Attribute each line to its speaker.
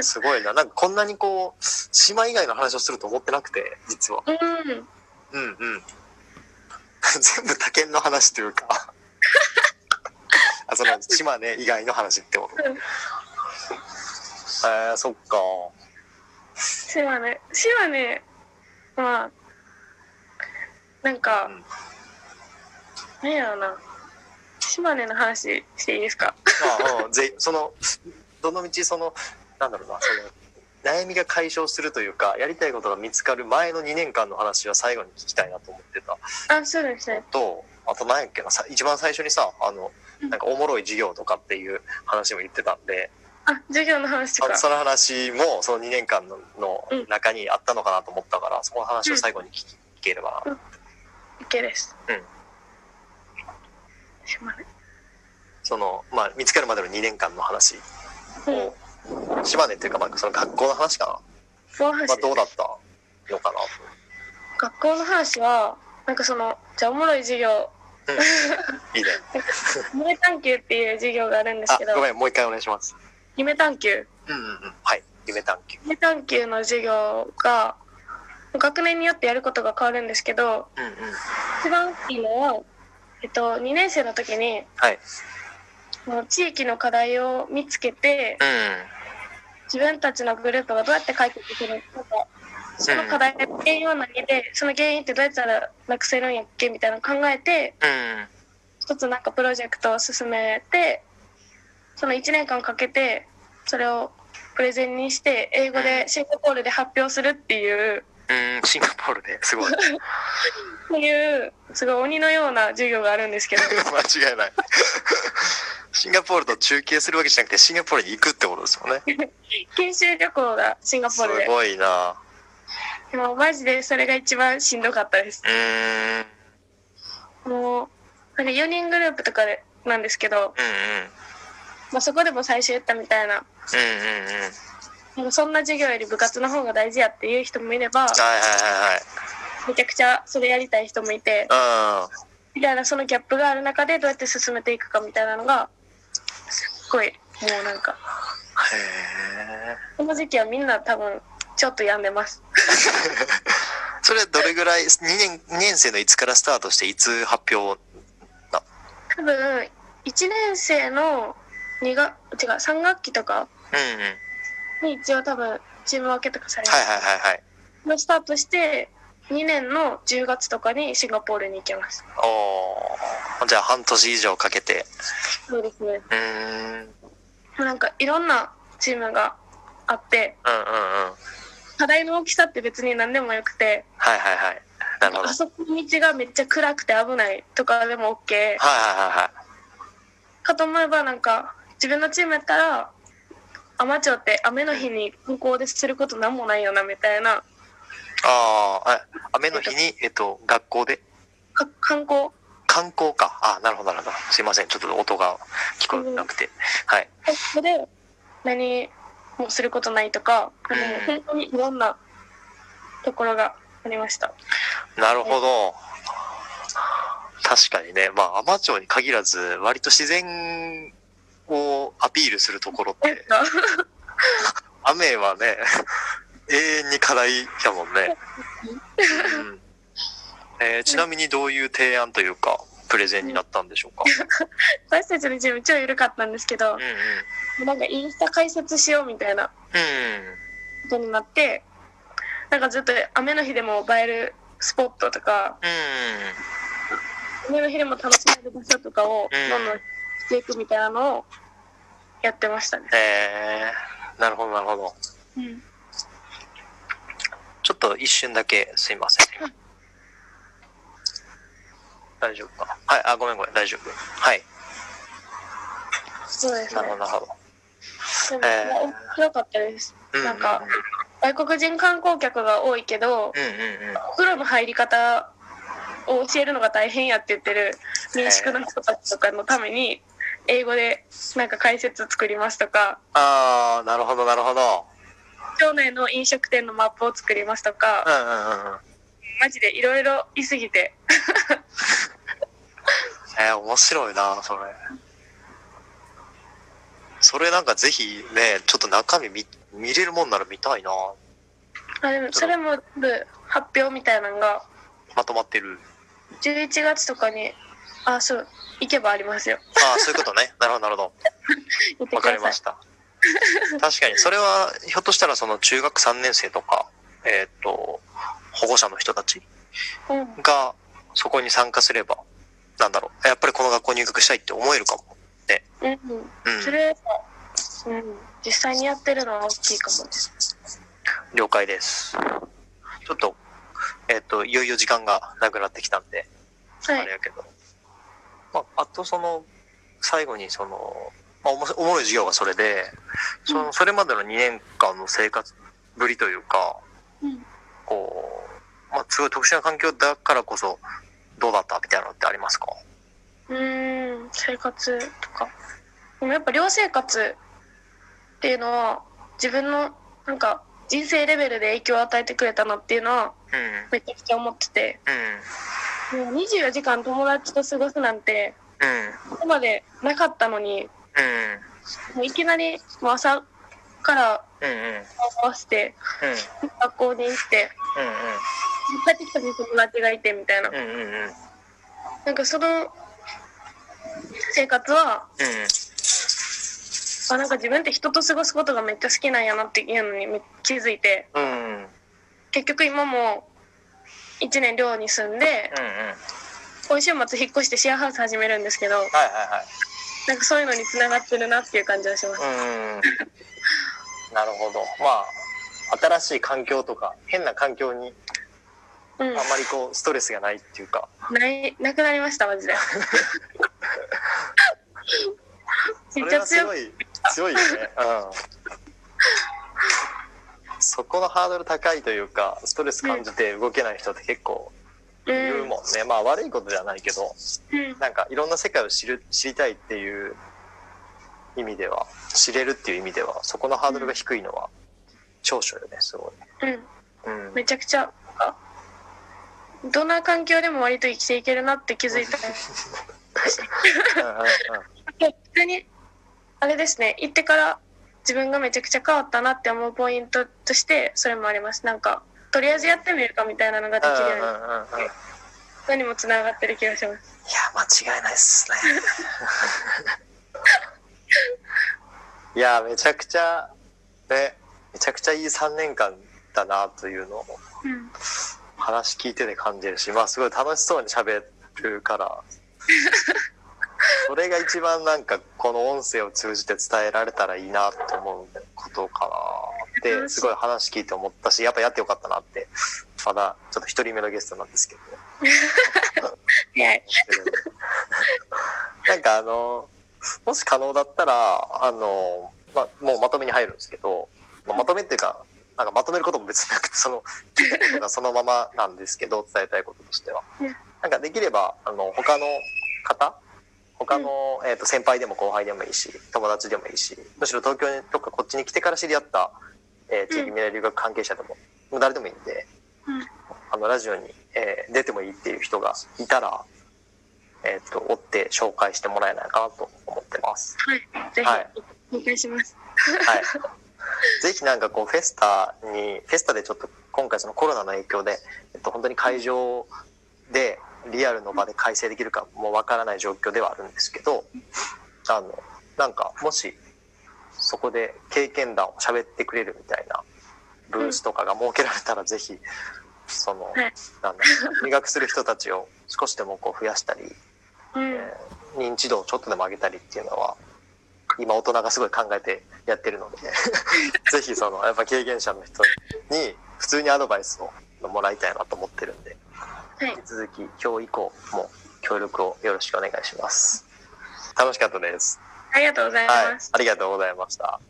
Speaker 1: すごいな。なんかこんなにこう、島以外の話をすると思ってなくて、実は。
Speaker 2: うん。
Speaker 1: うん うん。全部他県の話というか。あ、その島根以外の話ってこと。
Speaker 2: う
Speaker 1: え
Speaker 2: ん
Speaker 1: ー、そっか。
Speaker 2: 島根。島根は、なんか
Speaker 1: うん、
Speaker 2: なんやろな。島根の話していいですか
Speaker 1: まあ、うん、ぜ、その、どの道その、なんだろうな、その、悩みが解消するというか、やりたいことが見つかる前の2年間の話は最後に聞きたいなと思ってた。
Speaker 2: あ、そうですね。
Speaker 1: と、あと何やっけな、さ一番最初にさ、あの、なんかおもろい授業とかっていう話も言ってたんで、
Speaker 2: あ、授業の話と
Speaker 1: あの
Speaker 2: か。
Speaker 1: その話もその2年間のの
Speaker 2: うん
Speaker 1: 中にあったのかなと思ったから、その話を最後に聞き聞ければな。
Speaker 2: OK です。
Speaker 1: うん。
Speaker 2: 島根。
Speaker 1: その、まあ、見つかるまでの2年間の話
Speaker 2: うん
Speaker 1: を、。島根っていうか、まあ、その学校の話か
Speaker 2: 防
Speaker 1: な。
Speaker 2: 犯
Speaker 1: ま
Speaker 2: 市
Speaker 1: あ、どうだったのかな
Speaker 2: 学校の話は、なんかその、じゃあおもろい授業、
Speaker 1: いいね。
Speaker 2: 夢探求っていう授業があるんです
Speaker 1: あ
Speaker 2: けど、
Speaker 1: ごめん、もう一回お願いします。
Speaker 2: 夢探求。
Speaker 1: うんうんうん。はい。夢探求。
Speaker 2: 夢探求の授業が、学年によってやることが変わるんですけど、
Speaker 1: うんうん。
Speaker 2: 一番大きいのは、えっと、2年生の時に、
Speaker 1: はい。
Speaker 2: その地域の課題を見つけて、
Speaker 1: うん。
Speaker 2: 自分たちのグループがどうやって解決するのか、その課題の原因を投げて、その原因ってどうやったらなくせるんやっけみたいなのを考えて、
Speaker 1: うん。
Speaker 2: 一つなんかプロジェクトを進めて、その1年間かけて、それをプレゼンにして、英語でシンガポールで発表するっていう、
Speaker 1: うん。シンガポールで。すごい。
Speaker 2: っていう、すごい鬼のような授業があるんですけど、
Speaker 1: 間違いない。シンガポールと中継するわけじゃなくて、シンガポールに行くってことですよね。
Speaker 2: 研修旅行がシンガポ
Speaker 1: す
Speaker 2: ールで。
Speaker 1: ごいな。
Speaker 2: でもマジでそれが一番しんどかったです。
Speaker 1: うーん。うん
Speaker 2: もう、なんか4人グループとかで、なんですけど、
Speaker 1: うん。
Speaker 2: まあ、そこでも最初言ったみたいな、
Speaker 1: うんうんうん。はい
Speaker 2: なんかそんな授業より部活の方が大事やっていう人もいれば、
Speaker 1: はい
Speaker 2: めちゃくちゃそれやりたい人もいて、
Speaker 1: はい。
Speaker 2: みたいなそのギャップがある中でどうやって進めていくかみたいなのが、すっごい、もうなん
Speaker 1: う
Speaker 2: か、
Speaker 1: ん。へえ。
Speaker 2: この時期はみんな多分、ちょっと病んでます。
Speaker 1: それはどれぐらい、2年、二年生のいつからスタートして、いつ発表
Speaker 2: 多分、1年生の2が、違う、3学期とか
Speaker 1: うんうん。はい
Speaker 2: に一応多分、チーム分けとかされて、
Speaker 1: はいはいはい。
Speaker 2: のスタートして、2年の10月とかにシンガポールに行けます。
Speaker 1: おーじゃあ半年以上かけて。
Speaker 2: そうですね。
Speaker 1: うーん。うんうんうん。
Speaker 2: なんかいろんなチームがあって、
Speaker 1: はい
Speaker 2: 課題の大きさって別に何でもよくて、
Speaker 1: はいはい。なるほど。はい
Speaker 2: あそこの道がめっちゃ暗くて危ないとかでも OK。
Speaker 1: はいはいはい。
Speaker 2: かと思えばなんか自分のチームやったら、アマチュアって雨の日に空港ですることなんもないよなみたい
Speaker 1: あー
Speaker 2: な、
Speaker 1: あ、雨の日に、えっと、学校で、
Speaker 2: か観光
Speaker 1: 観光か。あなるほどなるほど。すいません。ちょっと音が聞こえなくて。はい。
Speaker 2: ここで何もすることないとか、
Speaker 1: うん
Speaker 2: もう本当にいろんなところがありました。
Speaker 1: なるほど。確かにね、まあ、海士町に限らず、割と自然をアピールするところっ、
Speaker 2: えって
Speaker 1: 雨はね、 永遠に課題やもん ね。うんえーちなみにどういう提案というか、プレゼンになったんでしょうか。
Speaker 2: 私たちのチーム超緩かったんですけど
Speaker 1: うん、うん。
Speaker 2: なんかインスタ開設しようみたいな
Speaker 1: うん。
Speaker 2: ことになってなんかずっと雨の日でも映えるスポットとか
Speaker 1: うん。
Speaker 2: 雨の日でも楽しめる場所とかを
Speaker 1: うん
Speaker 2: どんどんしていくみたいなのをやってましたね。
Speaker 1: えー、なるほど、なるほど。
Speaker 2: うん、
Speaker 1: ちょっと一瞬だけすいません。大丈夫かなはい、あ、ごめんごめん、大丈夫。はい、
Speaker 2: そうですね
Speaker 1: なるほど、なるほど。
Speaker 2: でも
Speaker 1: えー
Speaker 2: 面白かったです。
Speaker 1: うう
Speaker 2: なんか外国人観光客が多いけど
Speaker 1: うんうんうん。
Speaker 2: お風呂の入り方を教えるのが大変やって言ってる民宿の人たちとかのために英語でなんか解説作りますとか
Speaker 1: あー、なるほど、なるほど。
Speaker 2: 町内の飲食店のマップを作りますとか
Speaker 1: うんうんうんうん。
Speaker 2: マジでいろいろいすぎて
Speaker 1: えー、面白いな、それ。それなんかぜひね、ちょっと中身見見れるもんなら見たいな。
Speaker 2: あでもそれも全部発表みたいなのが
Speaker 1: まとまってる。
Speaker 2: 11月とかにあそう行けばありますよ
Speaker 1: ああ、そういうことね。 なるほど、なるほど。
Speaker 2: 行って
Speaker 1: わ
Speaker 2: く
Speaker 1: か
Speaker 2: ださい
Speaker 1: りま した。確かに、それは、ひょっとしたら、その中学3年生とか、えーっ、と、保護者の人たち
Speaker 2: うん、
Speaker 1: が、そこに参加すれば、なんだろう、やっぱりこの学校入学したいって思えるかも。
Speaker 2: うん、
Speaker 1: う
Speaker 2: そ
Speaker 1: ん、
Speaker 2: れは、うん、実際にやってるのは大きいかもです
Speaker 1: 了解です。ちょっと、えーっ、と、いよいよ時間がなくなってきたんで、
Speaker 2: は
Speaker 1: あれ
Speaker 2: い
Speaker 1: やけど。まあ、あとその、最後にその、まあ、おもおもろい授業がそれで、その、それまでの2年間の生活ぶりというか、
Speaker 2: うん
Speaker 1: こう、まあ、すごい特殊な環境だからこそ、どうだったみたいなのってありますか
Speaker 2: うーん生活とかでもやっぱ寮生活っていうのは自分のなんか人生レベルで影響を与えてくれたなっていうのは
Speaker 1: うん。うん。
Speaker 2: めちゃくちゃ思っててもう24時間友達と過ごすなんて
Speaker 1: うん。
Speaker 2: ここまでなかったのに
Speaker 1: うん。
Speaker 2: もういきなりもう朝から
Speaker 1: うん。うん。うん。
Speaker 2: 合わせて学校に行って帰ってきた時に友達がいてみたいな
Speaker 1: うん。うん。うん。うん。うん。
Speaker 2: なんかその生活はあなんか自分って人と過ごすことがめっちゃ好きなんやなっていうのにめ気づいて
Speaker 1: うん。うん。うん。
Speaker 2: 結局今も1年寮に住んで今週末引っ越してシェアハウス始めるんですけど
Speaker 1: はいはい
Speaker 2: なんかそういうのにつながってるなっていう感じがします。
Speaker 1: はい。うん。なるほど。まあ、新しい環境とか、変な環境に
Speaker 2: うん
Speaker 1: あまりこう、ストレスがないっていうか。
Speaker 2: ない、なくなりました、マジで。
Speaker 1: そ
Speaker 2: めっち
Speaker 1: れ
Speaker 2: ゃ
Speaker 1: はす
Speaker 2: 強
Speaker 1: ご
Speaker 2: い。
Speaker 1: い、強いよね。うん。そこのハードル高いというか、ストレス感じて動けない人って結構
Speaker 2: う
Speaker 1: いる
Speaker 2: ん。
Speaker 1: もんね。まあ悪いことじゃないけど、
Speaker 2: うん
Speaker 1: なんかいろんな世界を知る、知りたいっていう意味では、知れるっていう意味では、そこのハードルが低いのは長所よね、すごい。
Speaker 2: うん。
Speaker 1: うん。
Speaker 2: めちゃくちゃ、なんかどんな環境でも割と生きていけるなって気づいた。
Speaker 1: うんうんうん
Speaker 2: 普通に、あれですね、行ってから自分がめちゃくちゃ変わったなって思うポイントとして、それもあります。なんか、とりあえずやってみるかみたいなのができ
Speaker 1: うんう
Speaker 2: る
Speaker 1: ん
Speaker 2: ように、
Speaker 1: うんうんいや、
Speaker 2: 何もつながってる気がします。
Speaker 1: 間違いないっすね。 いや、めちゃくちゃ、ね、めちゃくちゃいい3年間だなというのを
Speaker 2: うん。
Speaker 1: 話聞いてて感じるし、まあすごい楽しそうに喋るから、それが一番なんかこの音声を通じて伝えられたらいいなと思うことかなって、すごい話聞いて思ったし、やっぱやってよかったなって、まだちょっと一人目のゲストなんですけど、ね、
Speaker 2: はい。
Speaker 1: なんかあの、もし可能だったら、あの、ま、もうまとめに入るんですけど、ままとめっていうか、なんかまとめることも別になくて、その、聞いたことがそのままなんですけど、伝えたいこととしては
Speaker 2: うん。
Speaker 1: なんかできれば、あの、他の方他の、えっ、と、先輩でも後輩でもいいし、友達でもいいし、むしろ東京にとかこっちに来てから知り合った、えー、地域未来留学関係者でも、もう誰でもいいんで、
Speaker 2: うん
Speaker 1: あの、ラジオに、えー出てもいいっていう人がいたら、えっ、と、追って紹介してもらえないかなと思ってます。
Speaker 2: ぜひ、
Speaker 1: はい
Speaker 2: お願いします。
Speaker 1: はい。ぜひなんかこう、フェスタに、フェスタでちょっと今回そのコロナの影響で、えっと、本当に会場で、リアルの場で開催できるかもわからない状況ではあるんですけど、あの、なんかもし、そこで経験談を喋ってくれるみたいなブースとかが設けられたら、ぜひ、その、
Speaker 2: い
Speaker 1: なんだろう、入学する人たちを少しでもこう増やしたり、
Speaker 2: うん。
Speaker 1: えー認知度をちょっとでも上げたりっていうのは今大人がすごい考えてやってるので ぜひそのやっぱ経験者の人に普通にアドバイスをもらいたいなと思ってるんで
Speaker 2: はい
Speaker 1: 引き。続き今日以降も協力をよろしくお願いします楽しかったです
Speaker 2: ありがとうござい
Speaker 1: はい
Speaker 2: ます。
Speaker 1: ありがとうございました